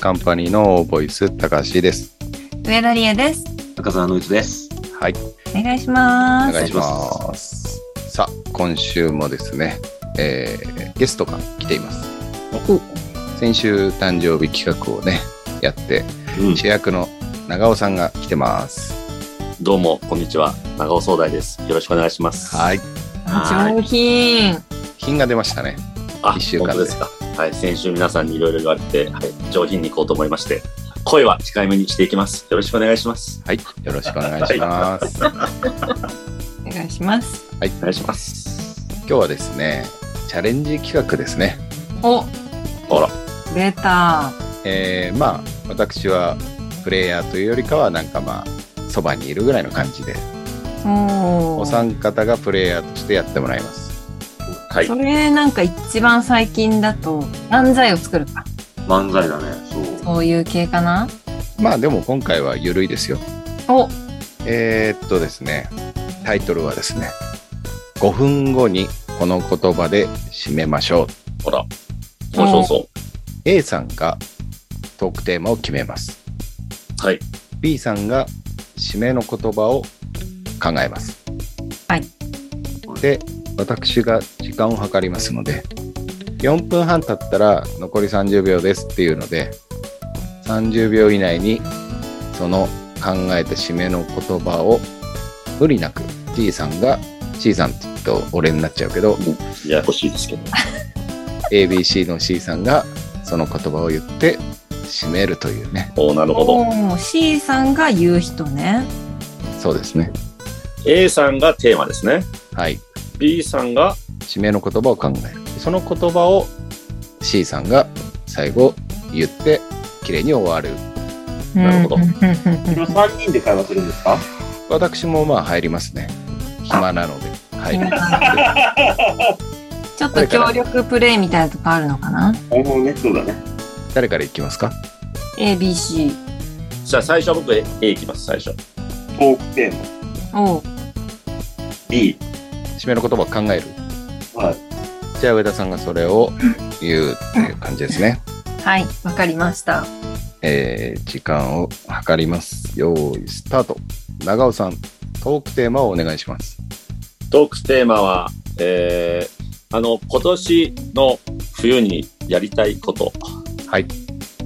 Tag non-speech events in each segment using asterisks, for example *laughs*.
カンパニーのボイス、高橋です。上田理恵です。高澤のうちです。はい、お願いしまおす。願いします。さあ、今週もですね、えーゲストが来ています。先週誕生日企画をね、やって、うん、主役の長尾さんが来てます。どうも、こんにちは。長尾壮大です。よろしくお願いします。い。はい。はい上品。品が出ましたね。あ、一週間本で当ですか。はい。先週皆さんにいろいろ言われて、はい、上品に行こうと思いまして、声は控えめにしていきます。よろしくお願いします。はい。よろしくお願いします。お願いします。お願いします。今日はですね、チャレンジ企画ですね。お、あら、出た。えーまあ私はプレイヤーというよりかはなんかまあそばにいるぐらいの感じでおお。お三方がプレイヤーとしてやってもらいますはいそ。れなんか一番最近だと漫才を作るか。漫才だね。そう。そういう系かな。まあでも今回は緩いですよお、えーっとですねタイトルはですね5分後にこの言葉で締めましょうほら、面白そ A さんがトークテーマを決めますう。はい。 B さんが締めの言葉を考えますはいで私が時間を計りますので4分半経ったら残り30秒ですっていうので30秒以内にその考えた締めの言葉を無理なく T さんが C さんって言うと俺になっちゃうけどややこしいですけど。 ABC の C さんがその言葉を言って締めるというねおーなるほど。おお。C さんが言う人ね。そうですね A さんがテーマですね。はい B さんが、締めの言葉を考えるその言葉を C さんが最後言って綺麗に終わるなるほどうんうんうんうん3人で会話するんですか私もまあ入りますね暇なのではい暇ちょっと協力プレイみたいなとこあるのかな。なるほどね。そうだね。誰から行きますか A、B、C。じゃあ最初は僕 A いきます、最初。トークテーマおう B 締めの言葉を考えるはいじゃあ上田さんがそれを言うっていう感じですね、はい、わかりました。えー時間を計ります用意スタート長尾さんトークテーマをお願いしますトークテーマは、えー、あの、今年の冬にやりたいこと。はい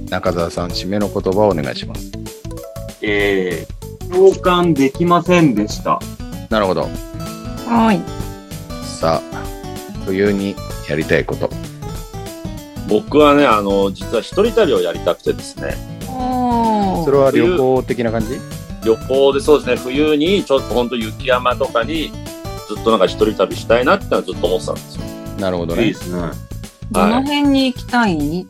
中澤さん締めの言葉をお願いしますえー、共感できませんでしたなるほどはい。さあ冬にやりたいこと僕はね、あの、実は一人旅をやりたくてですね、おそおれ。は旅行的な感じ旅行でそうですね、冬にちょっと本当雪山とかにずっとなんか一人旅したいなってのはずっと思ってたんですよ。なるほどいいねですねどの辺に行きたい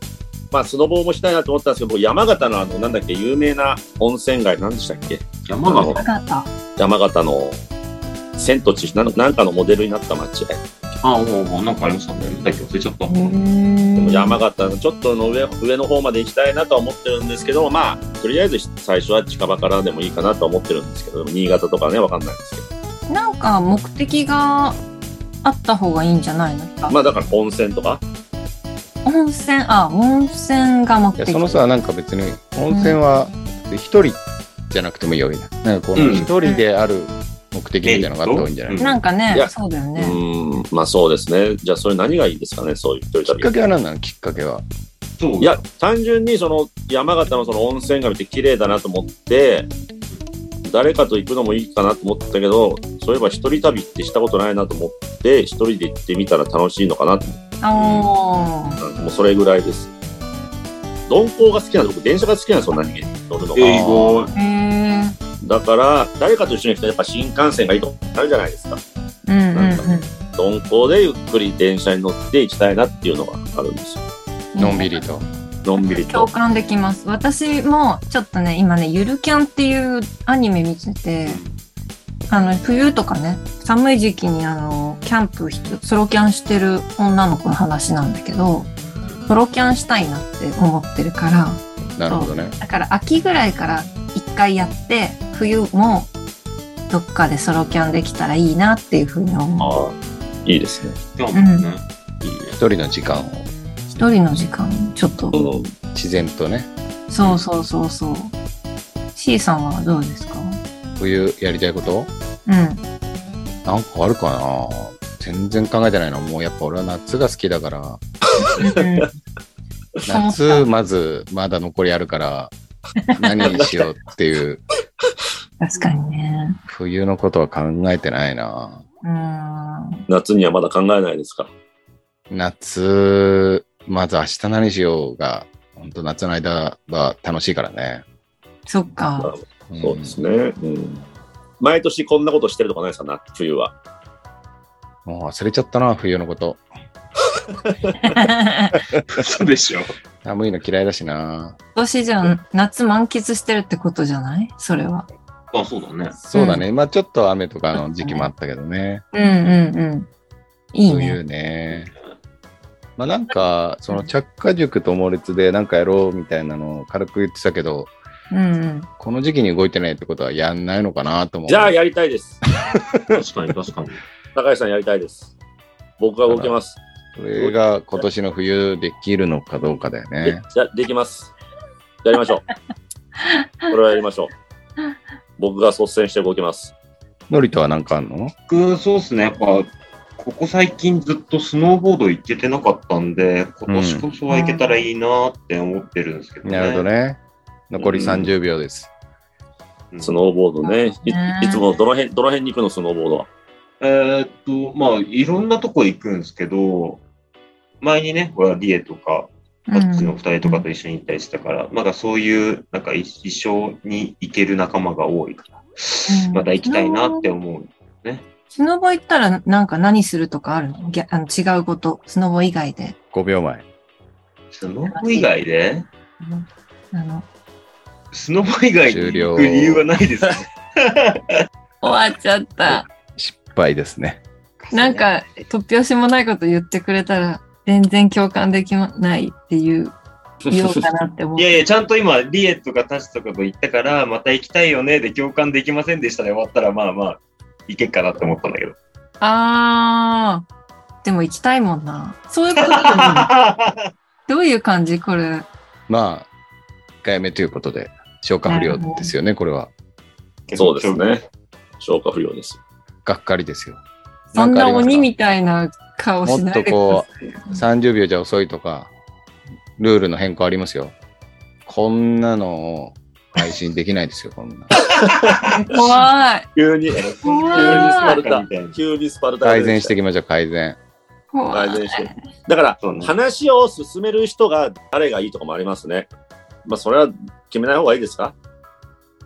まあ、スノボーもしたいなと思ったんですけど、僕山形のあの、なんだっけ、有名な温泉街、なんでしたっけ山なるほ形ど姿。山形の、千と千尋なんなんかのモデルになった街。あもうもうなんかありましたねなんだっけ忘れちゃったでも山山形のちょっとの上上の方まで行きたいなとは思ってるんですけど、まあ、とりあえず最初は近場からでもいいかなとは思ってるんですけど、でも新潟とかね、わかんないんですけど、なんか目的があった方がいいんじゃないのか、まあだから温泉とか、温泉あ温泉が目いや的そのさなんか別に温泉は一人じゃなくてもいいよみたいななんかこうのん一人である目的みたいなのがあった方がいいんじゃない、うんきなんかいねやそうだようねーん、まあそうですね。じゃあそれ何がいいですかね、そういう一人っ旅か。けは何なのきっかけはそういや、単純にその山形のその温泉が見て綺麗だなと思って、誰かと行くのもいいかなと思ったけど、そういえば一人旅ってしたことないなと思って、一人で行ってみたら楽しいのかなとおーなんかもうそれぐらいです。鈍行が好きなんで、僕、電車が好きなんですよ、何気に乗るのが。英語へえだから、誰かと一緒に行くと、やっぱ新幹線がいいとなるじゃないですか。うんなんか鈍行でゆっくり電車に乗って行きたいなっていうのがあるんですよ。うんうんのんびりとのんびり共と。感できます私もちょっとね今ね「ゆるキャン」っていうアニメ見ててあの冬とかね寒い時期にあのキャンプひソロキャンしてる女の子の話なんだけどソロキャンしたいなって思ってるからなるほどねだから秋ぐらいから一回やって冬もどっかでソロキャンできたらいいなっていうふうに思うああ、いいですね。今日もねいいね一人の時間を一人の時間ちょっとその自然とねそうそうそうそう。C さんはどうですか冬やりたいことうん。なんかあるかな全然考えてないな。もうやっぱ俺は夏が好きだから、夏まずまだ残りあるから、何にしようって *laughs* いう、確かにね。冬のことは考えてないな。うーん。夏にはまだ考えないですか。夏、まず明日何しようが、本当夏の間は楽しいからね。そっか。んそうですね。うん。毎年こんなことしてるとかないですか、な冬は。もう忘れちゃったな、冬のこと。今そうでしょ。寒いの嫌いだしな。年じゃん夏満喫してるってことじゃないそれは。 *laughs* あ、そうだね。そうだね。まあちょっと雨とかの時期もあったけどね。うんうんうん。いいそういね。うね。まあなんか、その着火塾と猛烈でなんかやろうみたいなのを軽く言ってたけど、うんうん。この時期に動いてないってことはやんないのかなと思う。じゃあやりたいです。確かに確かに。高橋さんやりたいです。僕は動けます。それが今年の冬できるのかどうかだよでね。じゃできます。やりましょ *laughs* う。これはやりましょう。僕が率先して動きます。ノリとはなんかあんの僕、そうですね。やっぱ、ここ最近ずっとスノーボード行けてなかったんで、今年こそは行けたらいいなって思ってるんですけどね。なるほどね。残りうん30秒です。うん。スノーボードね。いねいつもどの辺、どの辺に行くの、スノーボードは。えーっと、まあ、いろんなとこ行くんですけど、前にね、ほら、リエとか、うこっちのん二人とかと一緒に行ったりしたから、なんかそういう、なんか一一緒に行ける仲間が多いから、うんまた行きたいなって思う。スノボ行ったらなんか何するとかあるのぎゃあの違うこと。スノボ以外で。 5秒前。スノボ以外でうんあの、スノボ以外に行く理由はないですね。終わっちゃった。失敗ですね。なん、か、突拍子もないこと言ってくれたら、全然共感できないっていう、言おうかなって思っいやて。いや、ちゃんと今、リエとかタチとかと行ったから、また行きたいよねで共感できませんでしたで終わったら、まあまあ、行けっかなって思ったんだけど。あー、でも行きたいもんな。そういうことだねどういう感じこれ。まあ、1回目ということで、消化不良ですよね、これは。そうですね。消化不良です。がっかりですよ。そんな鬼みたたいな顔しないでくもだっさい。 30秒じゃ遅いとか、ルールの変更ありますよ。こんなの配信できないですよ、こん *laughs* な。怖い。*laughs* 急に、怖い急にスパルタが出改きた善していきましょう、改善。怖い。改善して。だから、そうね話を進める人が誰がいいとかもありますね。まあ、それは決めない方がいいですか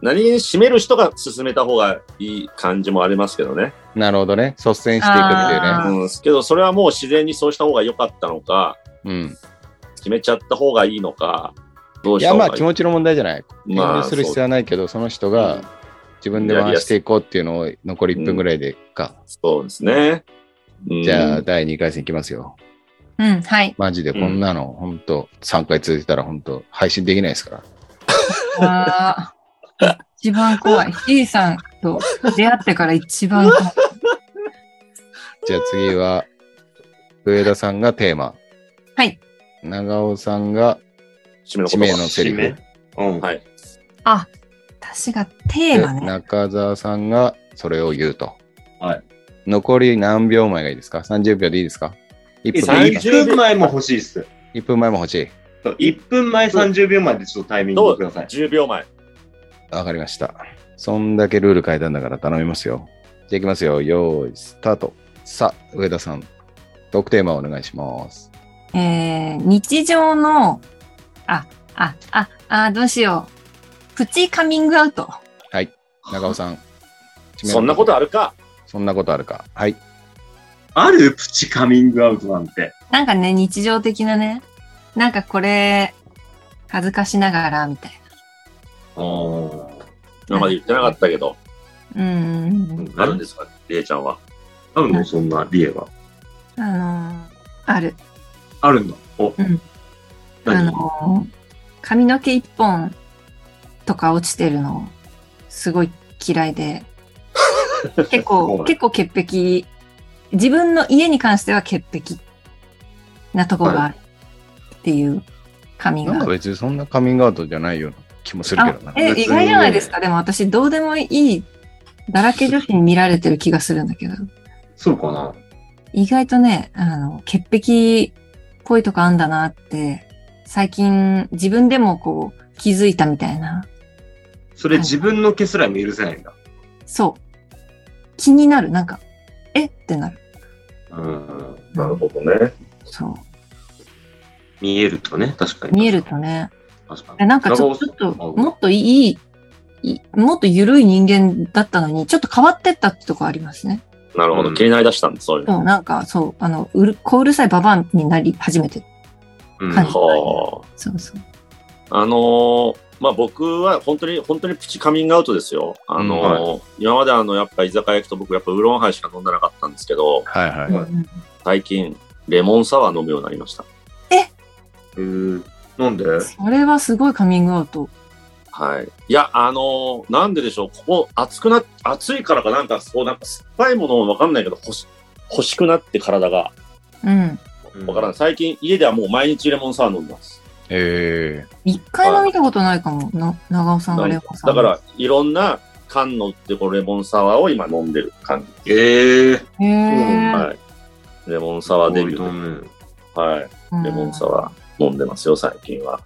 何に締める人が進めた方がいい感じもありますけどね。なるほどね。率先していくっていうねあ。うん、けど、それはもう自然にそうした方が良かったのか、うん。決めちゃった方がいいのか、どういしたや、方まがいあい気持ちの問題じゃない。遠まあ慮する必要はないけど、その人が自分で回していこうっていうのを残り1分ぐらいでか。そうですね。うんじゃあ、第2回戦いきますよ。うん、はい。マジでこんなの、ほんと、3回続いてたらほんと、配信できないですから。あー一番怖い。C さんと出会ってから一番怖い。じゃあ次は、上田さんがテーマ。はい。長尾さんが、締め締めの言の葉。セリ締フ。めうん。はい。あ、私がテでーマね。中澤さんがそれを言うと。はい。残り何秒前がいいですか ?30 秒でいいですか ?1 分30 1分前も欲しいっす。一分前も欲しい。 1分前30秒前でちょっとタイミングください。 10秒前。わかりました。そんだけルール変えたんだから頼みますよ。じゃあいきますよ。よーい、スタート。さあ、上田さん、トークテーマお願いします。えー日常の、あ、あ、あ、あ、どうしよう。プチカミングアウト。長尾さん。そんなことあるか。そんなことあるか。はい。あるプチカミングアウトなんて。なんかね、日常的なね、なんかこれ、恥ずかしながら、みたい今まで言ってなかったけど、な。うんうんうん。あるんですか、りえちゃんは。あるのそんな理恵は。あのーある。あるんだ。お。んあ何のー髪の毛一本とか落ちてるの、すごい嫌 *laughs* いで。結構、結構潔癖。自分の家に関しては潔癖なとこがあるっていうカミングなアんウかト。別にそんなカミングアウトじゃないような気もするけあどな。え、別に意外じゃないですか。でも私、どうでもいい、だらけ女子に見られてる気がするんだけど。そうかな。意外とね、あの、潔癖っぽいとこあんだなって、最近自分でもこう気づいたみたいな。それ自分の毛すらも許せないんだ。そう。気になる。なんか、えってなる。うん。なるほどね。そ見えるとね、確かう。に。見えると。ね。確かえに。なんかちょ長尾さんちょっと、あもっといい、いもっと緩い人間だったのに、ちょっと変わってったってとこありますね。なるほうど。ん気になりだしたんで、そういうでの。もなんか、そう、あの、うる、小うるさいババアになり始めてる。うんはいはそうそう。あ。あのーまあ僕は本当に、本当にプチカミングアウトですよ。あのーうん今まであの、やっぱ居酒屋行くと僕、やっぱウーロンハイしか飲んでなかったんですけど、はいはい。はいうん最近、レモンサワー飲むようになりました。へーなんでそれはすごいカミングアウト。はい。いや、あのーなんででしょう、ここ、暑くな、暑いからかなんか、そう、なんか酸っぱいものわかんないけど、欲し、欲しくなって体が。うん。わからない。最近、家ではもう毎日レモンサワー飲んでます。え一回も見たことないかも、な長尾さんがレモンさん。だか、ら、いろんな缶の売ってこうレモンサワーを今飲んでる感じ。ええ。へえ、はい。レモンサワーデビュゴーー。ルドねはい。うんレモンサワー飲んでますよ、最近は。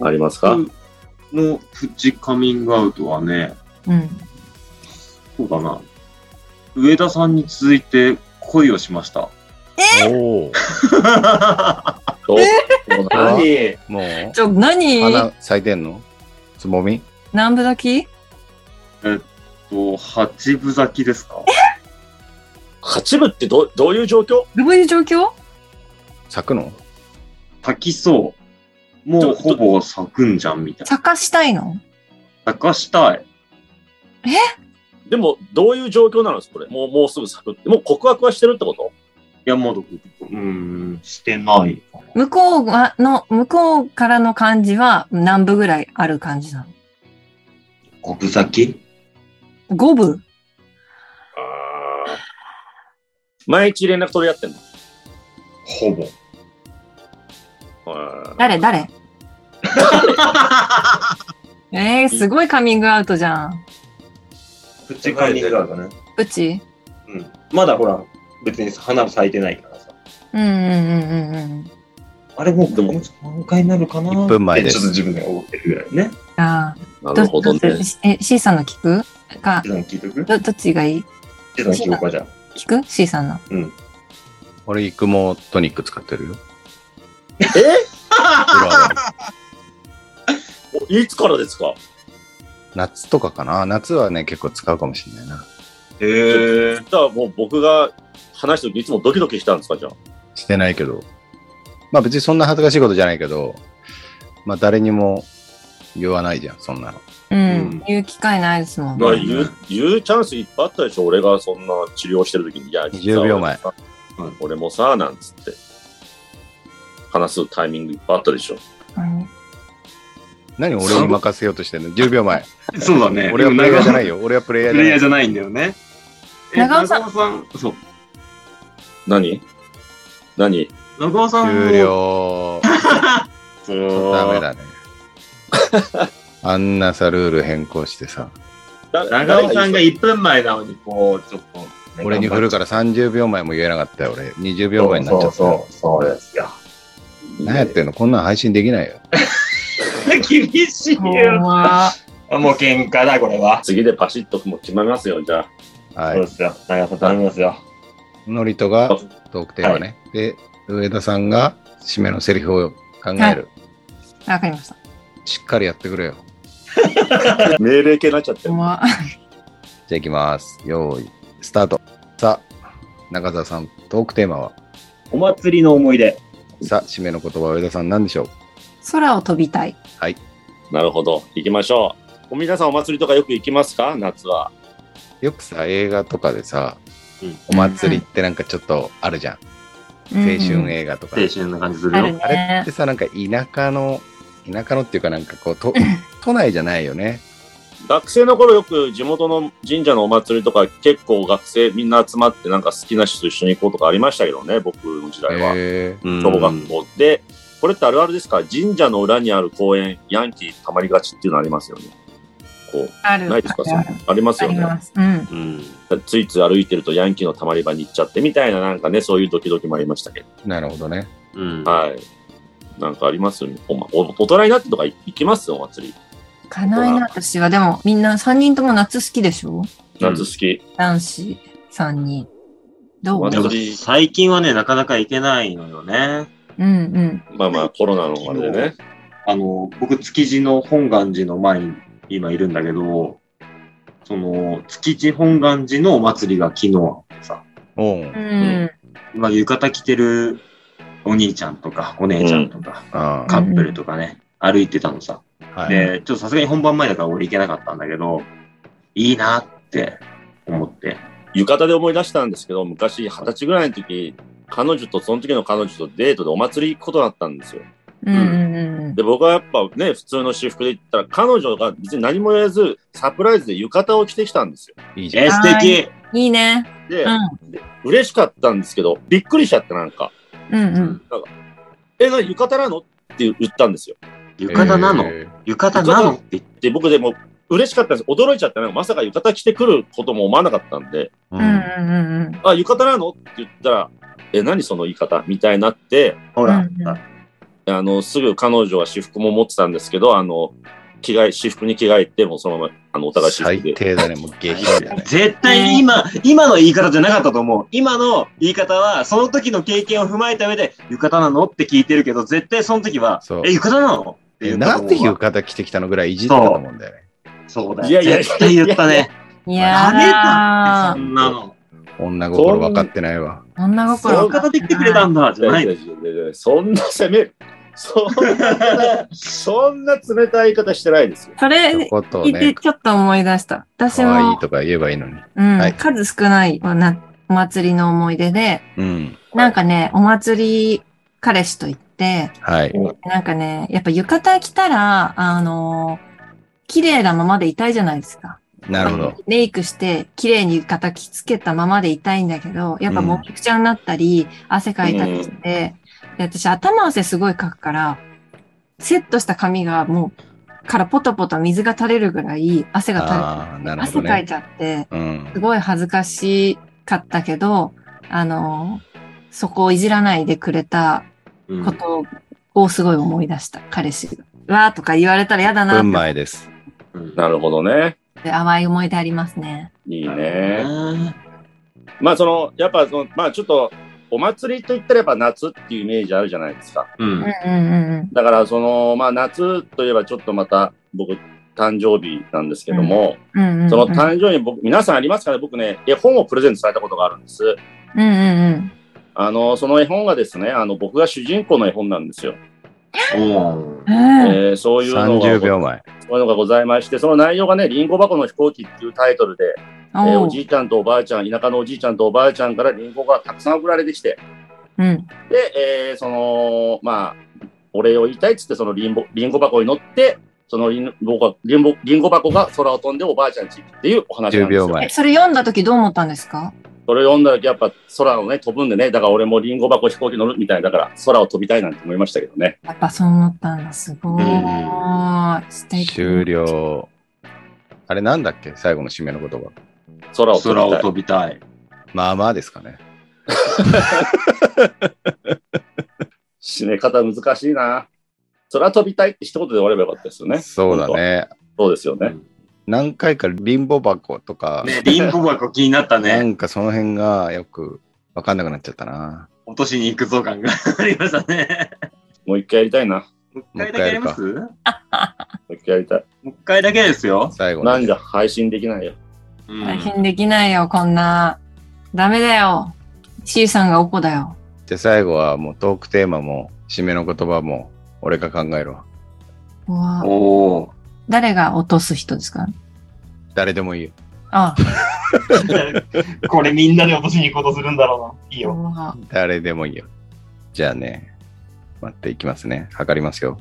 ありますか、僕のプチカミングアウトはね、うん。そうだな。上田さんに続いて恋をしました。ー、おお。と何もう *laughs* ちょ、何花咲いてんのつぼみ南部咲きと、八分咲きですか八部ってどどういう状況どういう状況咲くの咲きそう。もうほぼ咲くんじゃん、みたいな。咲かしたいの咲かしたい。でも、どういう状況なのこれ。もう、もうすぐ咲くって。もう告白はしてるってこといや、まだ、うん、してないかな。向こうがの、向こうからの感じは南部ぐらいある感じな五分咲きの。五分毎日連絡取り合ってんのほぼ。あー誰誰 *laughs* えー、すごいカミングアウトじゃん。プチカミングアウトね。うちうん。まだほら、別に花咲いてないからさ。うんうんうんうんうん。あれもう、でも何回になるかな一分前ってですちょっと自分で思ってるぐらいね。あなあ。るほどね。うしえ、C さんの聞くか一、段聞いとくど、どっちがいい一段聞こうかじゃあ。聞く ?C さんの。俺、育毛トニック使ってるよ。え裏はおいつからですか夏とかかな夏はね、結構使うかもしれないな。へえ。じゃあもう僕が話した時いつもドキドキしたんですかじゃあ。してないけど。まあ別にそんな恥ずかしいことじゃないけど、まあ誰にも言わないじゃん、そんなの。ううんん。言う機会ないですもんねまあないね言う、言うチャンスいっぱいあったでしょ俺がそんな治療してる時に。いや、実は20秒前俺もさ。俺もさ、なんつって。話すタイミングいっぱいあったでしょうん何俺に任せようとしてんの ?10 秒前。そうだね。俺はプレイヤーじゃないよ。よ。俺はプレイヤープじゃレイなヤーい。じゃないんだよね。え長尾さん長尾さん、そう。何何長尾さんも。終了。そう。ダメ。 *laughs* だね。あんなさ、ルール変更してさ、だ長尾さんが誰いい1分前なのに、こう、ちょっとね。俺に振るから30秒前も言えなかったよ、俺。20秒前になっちゃった。そうそう、そうですよ。何やってんのこんなん配信できないよ。厳しいよ。あもう喧嘩だ、これは。次でパシッともう決まりますよ、じゃあ。はそうでい。すよ。長尾さん頼みますよ。ノリトがトークテーマね。で、上田さんが締めのセリフを考える。わかりました。しっかりやってくれよ。 *laughs* 命令系になっちゃってうる。わじゃあ行きます。よーい、スタート。さあ、中澤さん、トークテーマはお祭りの思い出。さあ、締めの言葉は上田さん何でしょう空を飛びたい。なるほど。行きましょう。皆さんお祭りとかよく行きますか夏は。よくさ、映画とかでさ、うんお祭りってなんかちょっとあるじゃん。青春映画とか。青春な感じすあるるよ。あれっねて。さ、なんか田舎の、田舎のっていうかなんかこう、と都内じゃないよね。学生の頃よく地元の神社のお祭りとか結構学生みんな集まってなんか好きな人と一緒に行こうとかありましたけどね僕の時代は、へーうん小学校でこれってあるあるですか神社の裏にある公園、ヤンキーたまりがちっていうのありますよね。こあう、る。ないですかあるあるそうありますあよりね。ます。うん。うん。ついつい歩いてるとヤンキーのたまり場に行っちゃってみたいな、なんかね、そういうドキドキもありましたけど。なるほどね。うん。はい。なんかありますよね。おまお大人になってとか行行きますお祭り。行かないな、私は。でも、みんな3人とも夏好きでしょ夏好き。男子3人。どうまあでも最近はね、なかなか行けないのよね。うんうん。まあまあ、コロナのあれでね。あの、僕、築地の本願寺の前に今いるんだけど、その、築地本願寺のお祭りが昨日あってさ、おう。うんん。今浴衣着てるお兄ちゃんとか、お姉ちゃんとか、あカップルとかね、歩いてたのさ。あ、はい。で、ちょっとさすがに本番前だから俺行けなかったんだけど、いいなって思って。浴衣で思い出したんですけど、昔、二十歳ぐらいの時、彼女と、その時の彼女とデートでお祭り行くことだったんですよ。うんうんうん。で、僕はやっぱね、普通の私服で行ったら、彼女が別に何も言わず、サプライズで浴衣を着てきたんですよ。いいじゃん。えー、素敵いいね。で、うんで嬉しかったんですけど、びっくりしちゃってなんか、うんうん。え、な浴衣なのって言ったんですよ。浴衣なの、え浴衣なのって言って。で、僕でも嬉しかったんです。驚いちゃって、なんかまさか浴衣着てくることも思わなかったんで、ーううんんうんうん。あ、浴衣なのって言ったら、え、何その言い方みたいになって、ほら、うんうんああの、すぐ彼女は私服も持ってたんですけど、あの、着替え、私服に着替えて、もうそのまま、あの、お互い私最服で。低だね。もう下品だね。絶対に今、今の言い方じゃなかったと思う。今の言い方は、その時の経験を踏まえた上で、浴衣なのって聞いてるけど、絶対その時はそう、え、浴衣なのっえて言ったなとん思でう浴わ。衣着てきたのぐらいいじったと思うんだよね。そうだいやよ。いやいや絶対言ったね。いやダメだーって、そんなの。女心分かってないわ。女そう心浴衣で来てくれたんだ、じゃない。そんな攻める。そんな、そんな冷たい言い方してないですよ。それそういうことを聞いてね、ちょっと思い出した。私可愛いも、とか言えばいいのに。うんはい数少ないおなお祭りの思い出で、うん。なんかね、お祭り彼氏と行って、はい。なんかね、やっぱ浴衣着たら、あのー綺麗なままでいたいじゃないですか。なるほど。メイクして、綺麗に浴衣着付けたままでいたいんだけど、やっぱもみくちゃになったり、汗かいたりして、で私頭汗すごいかくから、セットした髪がもう、からポトポト水が垂れるぐらい汗が垂れてああ、なるほ汗どかいね。ちゃって、うんす。ごい恥ずかしかったけど、あの、そこをいじらないでくれたうんことをすごい思い出した、彼氏が。わーとか言われたら嫌だな分っ前です。うんなるほどね。て淡い思い出ありますね。いいねね。まあ、その、やっぱその、まあ、ちょっと、お祭りといったらやっぱ夏っていうイメージあるじゃないですか。うんうんうんだから、その、まあ、夏といえばちょっとまた、僕、誕生日なんですけども、うん。うんうんうんその誕生日、僕、皆さんありますかね僕ね、絵本をプレゼントされたことがあるんです。うんうんあの、その絵本がですね、あの、僕が主人公の絵本なんですよ。おーうん。うんえーそういうのが30秒前。そういうのがございまして、その内容がね、リンゴ箱の飛行機っていうタイトルで、えーおおうじいちゃんとおばあちゃん、田舎のおじいちゃんとおばあちゃんからリンゴがたくさん送られてきて、うん。で、えーその、まあ、お礼を言いたいっつって、そのリンゴリンゴ箱に乗って、そのリンゴがリンゴリンゴ箱が空を飛んでおばあちゃんちっていうお話な10んですよ。秒え、前。それ読んだ時どう思ったんですかそれを読んだ時やっぱ空をね、飛ぶんでね、だから俺もリンゴ箱飛行機乗るみたいな、だから空を飛びたいなんて思いましたけどね。やっぱそう思ったんだ。すごーい。素敵。終了。あれなんだっけ最後の締めの言葉。空を飛び空をたい。飛びたい。まあまあですかね。締め方難しいな。空飛びたいって一言で終わればよかったですよね。そうだね。そうですよね。何回かリンボ箱とか、ね、リンゴ箱気になったなね。んかその辺がよく分かんなくなっちゃったな。落としに行くぞ感がありましたね。もう一回やりたいな。も *laughs* もう一回だけやりますもう一回やりたい。う一回だけですよ。最後のなんか配信できないよ。うん大変できないよ、こんな。ダメだよ。C さんがおこだよ。じゃあ最後はもうトークテーマも締めの言葉も俺が考えるわ。うわおお。誰が落とす人ですか誰でもいいよ。あこれみんなで落としに行こうとするんだろうな。いいよ。うわ誰でもいいよ。じゃあね、待っていきますね。測りますよ。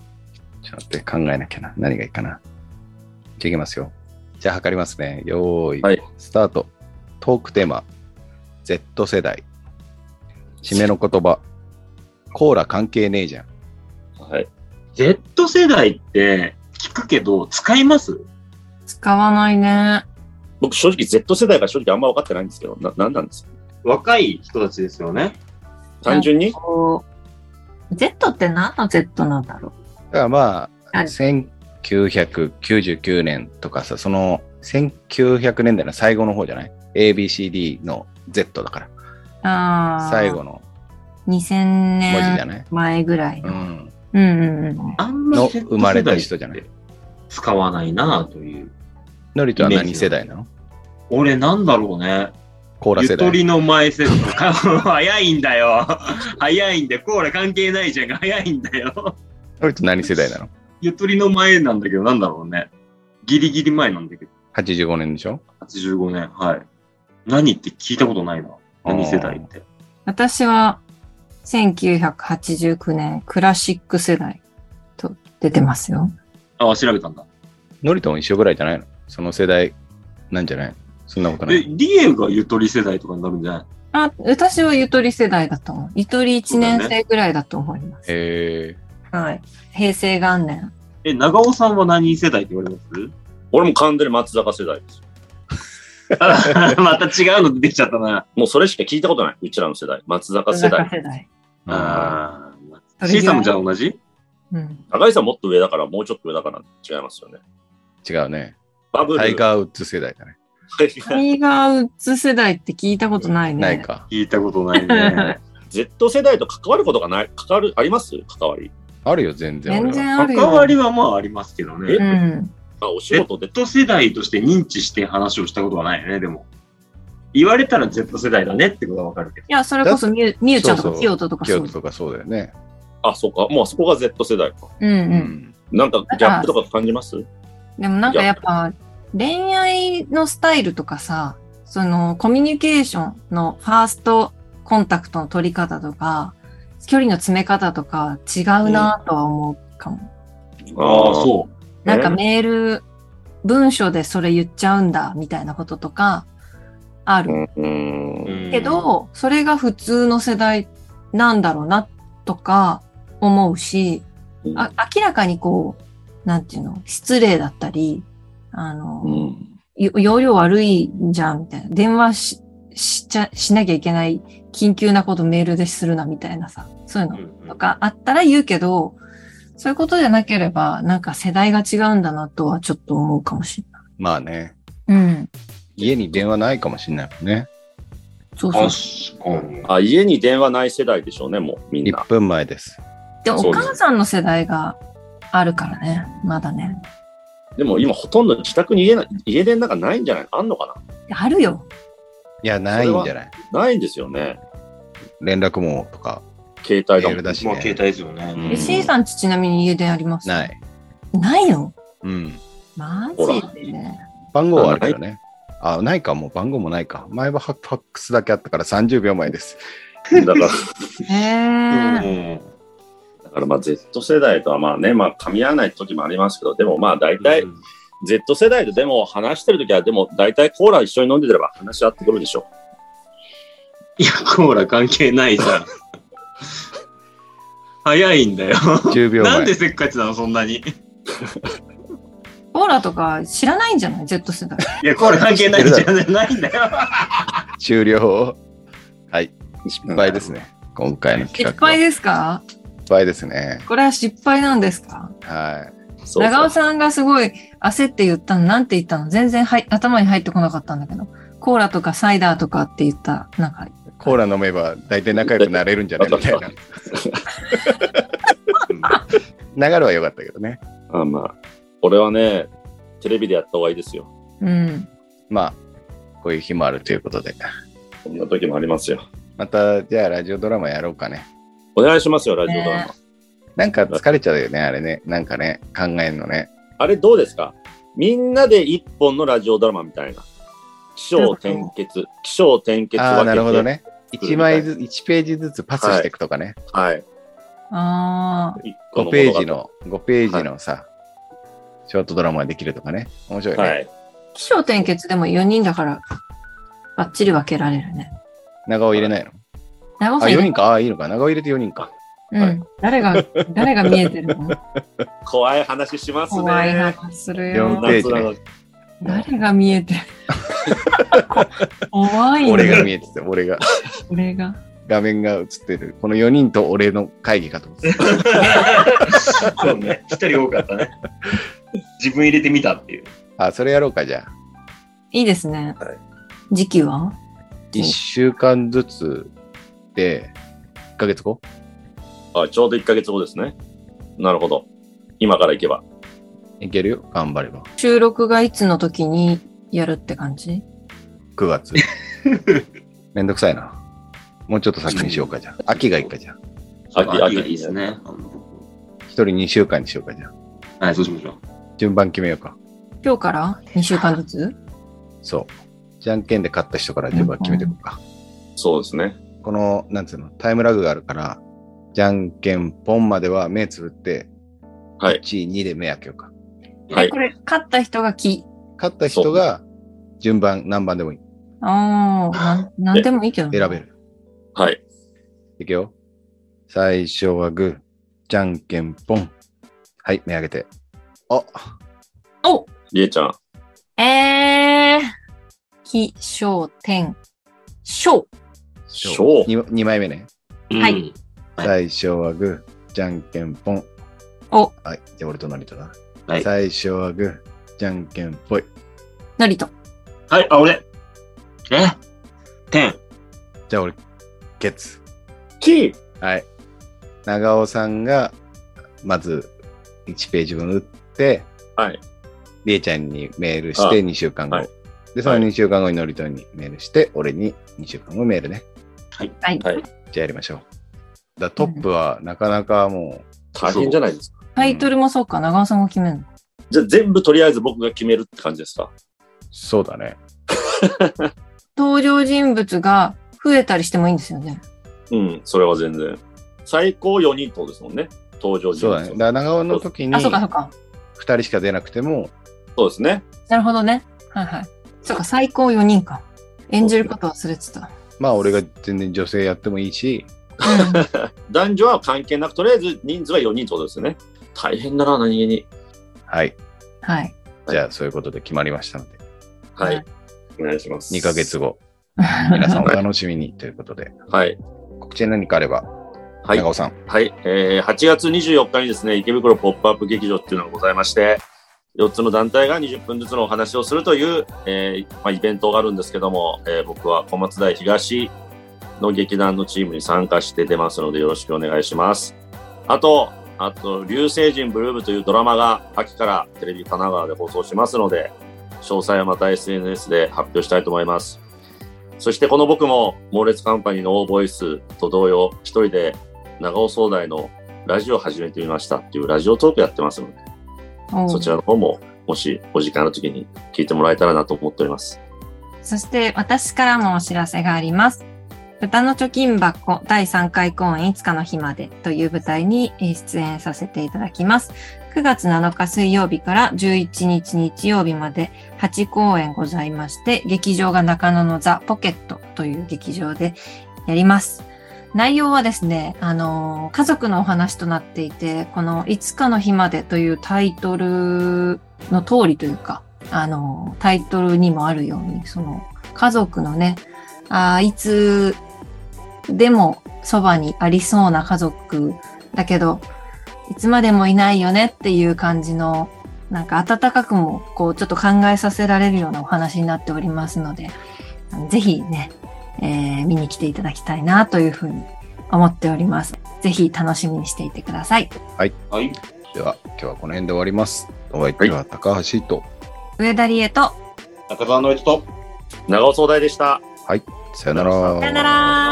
ちょっと待って考えなきゃな。何がいいかな。じゃあいきますよ。じゃあ測りますね。よーい、はいスタート。トークテーマ、Z 世代。締めの言葉、コーラ関係ねえじゃん。はい。 Z 世代って聞くけど、使います使わないね。僕、正直 Z 世代が正直あんま分かってないんですけど、な、なんなんですか若い人たちですよね。単純にこう、Z って何の Z なんだろだからまあ、はい1999年とかさ、その1900年代の最後の方じゃない ?ABCD の Z だかう。あら、あ。最。後の2000文字じゃ年ない、前ぐらいの。ううん。んうんうん。あんの Z 世代生まれた人じゃない。使わないなぁという。のりとは何世代なの俺なんだろうね。コーラゆ世と代。りの前世代。早いんだよ。早いんだよ。コーラ関係ないじゃん。早いんだよ。のりと何世代なのゆとりの前なんだけど、なんだろうね。ギリギリ前なんだけど、 ?85 年でしょ85年。はい。何って聞いたことないな。何世代って。私は、1989年、クラシック世代と出てますよ。あ、調べたんだ。のりとも一緒ぐらいじゃないのその世代なんじゃないのそんなことなえ、い。リエがゆとり世代とかになるんじゃないあ、私はゆとり世代だと思う。ゆとり1年そうだ生ぐらいだと思います。えはい。平成元年。え、長尾さんは何世代って言われます俺も完全に松坂世代です。あ *laughs* また違うの出てきちゃったな。もうそれしか聞いたことない。うちらの世代。松坂世坂 *laughs* 代。世代。ー、あああ。シーさんもじゃあ同じうん。高井さんもっと上だから、もうちょっと上だから違いますよね。ー違うね。バブル。タイガー・ウッズ世代だね。タイガー・ウッズ世代って聞いたことないね。 *laughs* ない。か。聞いたことないね。 *laughs* Z 世代と関わることがない、関わる、あります関わり。あるよ、全然。全俺は *laughs* 然ある関よ。わりはまあありますけどね。うネん。あ、お仕事で。ット世代として認知して話をしたことはないよね、でも。言われたら Z 世代だねってことはわかるけど。いや、それこそみゆ、みゆちゃんとそうそか、うきよととか京そう都。とかそうだよね。あ、そうか。もうあそこが Z 世代か。うんう。うんん。なんかギャップとか感じますでもなんかやっぱ、恋愛のスタイルとかさ、その、コミュニケーションのファーストコンタクトの取り方とか、距離の詰め方とか違うなとは思うかも。ああ、そう。なんかメール、文章でそれ言っちゃうんだ、みたいなこととか、ある。う。うん。け、ど、それが普通の世代なんだろうな、とか思うし、あ明らかにこう、なんていうの、失礼だったり、あの、うん。よ容量悪いんじゃん、みたいな。電話し、しちゃ、しなきゃいけない緊急なことメールでするな、みたいなさ。そういうのとかあったら言うけど、そういうことじゃなければ、なんか世代が違うんだなとはちょっと思うかもしまあね。れない。うん。家に電話ないかもしれないもんね。そうそう。確かに。あ、家に電話ない世代でしょうね、もう、みんな1。分前です。で、そおうです母さんの世代があるからね。まだね。でも今、ほとんど自宅に家な家電なんかないんじゃないあんのかあるよ。いや、ないんじゃないなないんですよね。連絡網とか、携メ帯がールだしまあ、携帯ね。ですよね。うんえ、C さんちちなみに家電ありますない。ないのうん。マジで。番号はあるけどね。あ、ないか、もう番号もないか。前はファファックスだけあったから30秒前です。 *laughs* だから、へえ。うんだからまあ Z 世代とはまあね、まあ噛み合わない時もありますけど、でもまあ大体、うん Z 世代とでも話してる時は、でも大体コーラ一緒に飲んでれば話し合ってくるでしょいや、コーラ関係ないじゃ *laughs* ん。早いんだよ。 10秒前。なんでせっかちなの、そんなに。いオーラとか知らないんじゃない ?Z 世代。や、コーラ関係ないじゃん。ないんだよ。終了。はい。失敗ですね。ね。今回の企失画は敗ですか失敗ですね。これは失敗なんですかはそう長尾そうさんがすごい焦って言ったの、なんて言ったの全然はい頭に入ってこなかったんだけど。コーラとかサイダーとかって言った、なんか、い。コーラ飲めば大体仲良くなれるん *laughs* じゃないみたいな。流れは良かったけどね。あまあ、これはね、テレビでやった方がいいですよ。うん。まあ、こういう日もあるということで。こんな時もありますよ。また、じゃあラジオドラマやろうかね。お願いしますよ、ラジオドラマ。ねなんか疲れちゃうよね、あれね。なんかね、考えんのね。あれどうですかみんなで一本のラジオドラマみたいな。気象転結、気象転結ああ、なるほど。ね。作1るみたい枚ず1ページずつパスしていくとかね。はい。あ一個5ページ物の、5ページのさ、ショートドラマができるとかね。面白い語。ね。はい。あ。起承転結でも4人だから、バッチリ分けられるね。長尾入れないの長尾あ、さん4人か。ああ、いいのか。長尾入れて4人か。うん、はい誰が、誰が見えてるの怖い話しますね。怖い話する四よペ。ー夏ジなのに誰が見えてる怖いよ。俺が見えてて、俺が。俺が。画面が映ってる。この4人と俺の会議かと思 *laughs* ってた。そうね、一人多かったね。自分入れてみたっていう。あ、それやろうか、じゃあ。いいですね。はい時期は1週間ずつで、1ヶ月後あちょうど1ヶ月後ですね。なるほど。今から行けば。いけるよ、頑張れば。収録がいつの時にやるって感じ9月。 *laughs* めんどくさいな。もうちょっと先にしようか、じゃ *laughs* あ。秋がいいか、じゃあ。秋、秋がいいです。ね。あの1人2週間にしようか、じゃあ。はい、そうしましょう。順番決めようか。今日から2週間ずつそう。じゃんけんで勝った人から順番決めていこうか。そうですね。この、なんつうの、タイムラグがあるから、じゃんけんポンまでは目つぶって、はい。 1位、2で目開けようか。はいえこれ、勝った人が木。勝った人が、順番、何番でもいい。ああ、なんなんでもいいけどね。選べる。はい。いくよ。最初はグー、じゃんけんポン。はい、目開けて。あ、りえちゃん。えー、気、小、天、小。小。 2, 枚目ね。はういん。はい最初はグー、じゃんけんポン。お、はい、じゃあ俺と成田だ。はい最初はグー、じゃんけんぽい。のりと。はい、あ、俺。え天。じゃあ俺、ケツ。きはい。長尾さんが、まず1ページ分打って、はい。りえちゃんにメールしあて2週間後。はいで、その2週間後にのりとにメールして、俺に2週間後メールね。はい。はい。じゃあやりましょう。だからトップはなかなかも大変じゃないですか。タイトルもそうか、長尾さんが決めるの。じゃあ全部とりあえず僕が決めるって感じですか。う、そうだね。登場人物が増えたりしてもいいんですよね。うん、それは全然。最高4人ってことですもんね。登場人そう物だね。だから長尾の時にあ、そうか、 2そうか。人しか出なくても、そうですね。なるほどね。はいはい。そうか、最高4人か。演じること忘れてた。まあ俺が全然女性やってもいいし、うん男女は関係なく、とりあえず人数は4人ってことですよね。大変だな、何気に。はい。はい。じゃあそういうことで決まりましたので、ははいい。お願いします。 2ヶ月 *laughs* 後、皆さんお楽しみにということで、はい。告知何かあれば、はい長尾さん。はい、えー8月24日にですね、池袋ポップアップ劇場っていうのがございまして、4つの団体が20分ずつのお話をするという、えーまあ、イベントがあるんですけども、えー僕は小松台東の劇団のチームに参加して出ますのでよろしくお願いします。あと、あと、流星人ブルームというドラマが秋からテレビ神奈川で放送しますので、詳細はまた SNS で発表したいと思います。そしてこの僕も猛烈カンパニーのオーボイスと同様、一人で長尾総大のラジオを始めてみましたっていうラジオトークやってますので、おうそちらの方ももしお時間の時に聞いてもらえたらなと思っております。そして私からもお知らせがあります。豚の貯金箱第3回公演いつかの日までという舞台にえー出演させていただきます。9月7日水曜日から11日日曜日まで8公演ございまして、劇場が中野のザ・ポケットという劇場でやります。内容はですね、あのー家族のお話となっていて、このいつかの日までというタイトルの通りというか、あの、タイトルにもあるように、その、家族のね、あーいつでもそばにありそうな家族だけど、いつまでもいないよねっていう感じの、なんか温かくも、こう、ちょっと考えさせられるようなお話になっておりますので、あのぜひね、えー見に来ていただきたいなというふうに思っております。ぜひ楽しみにしていてください。はい。では今日はこの辺で終わります。お相手は高橋と、上田理恵と、中澤のえと。長尾総大でした。さよなら。ささよなら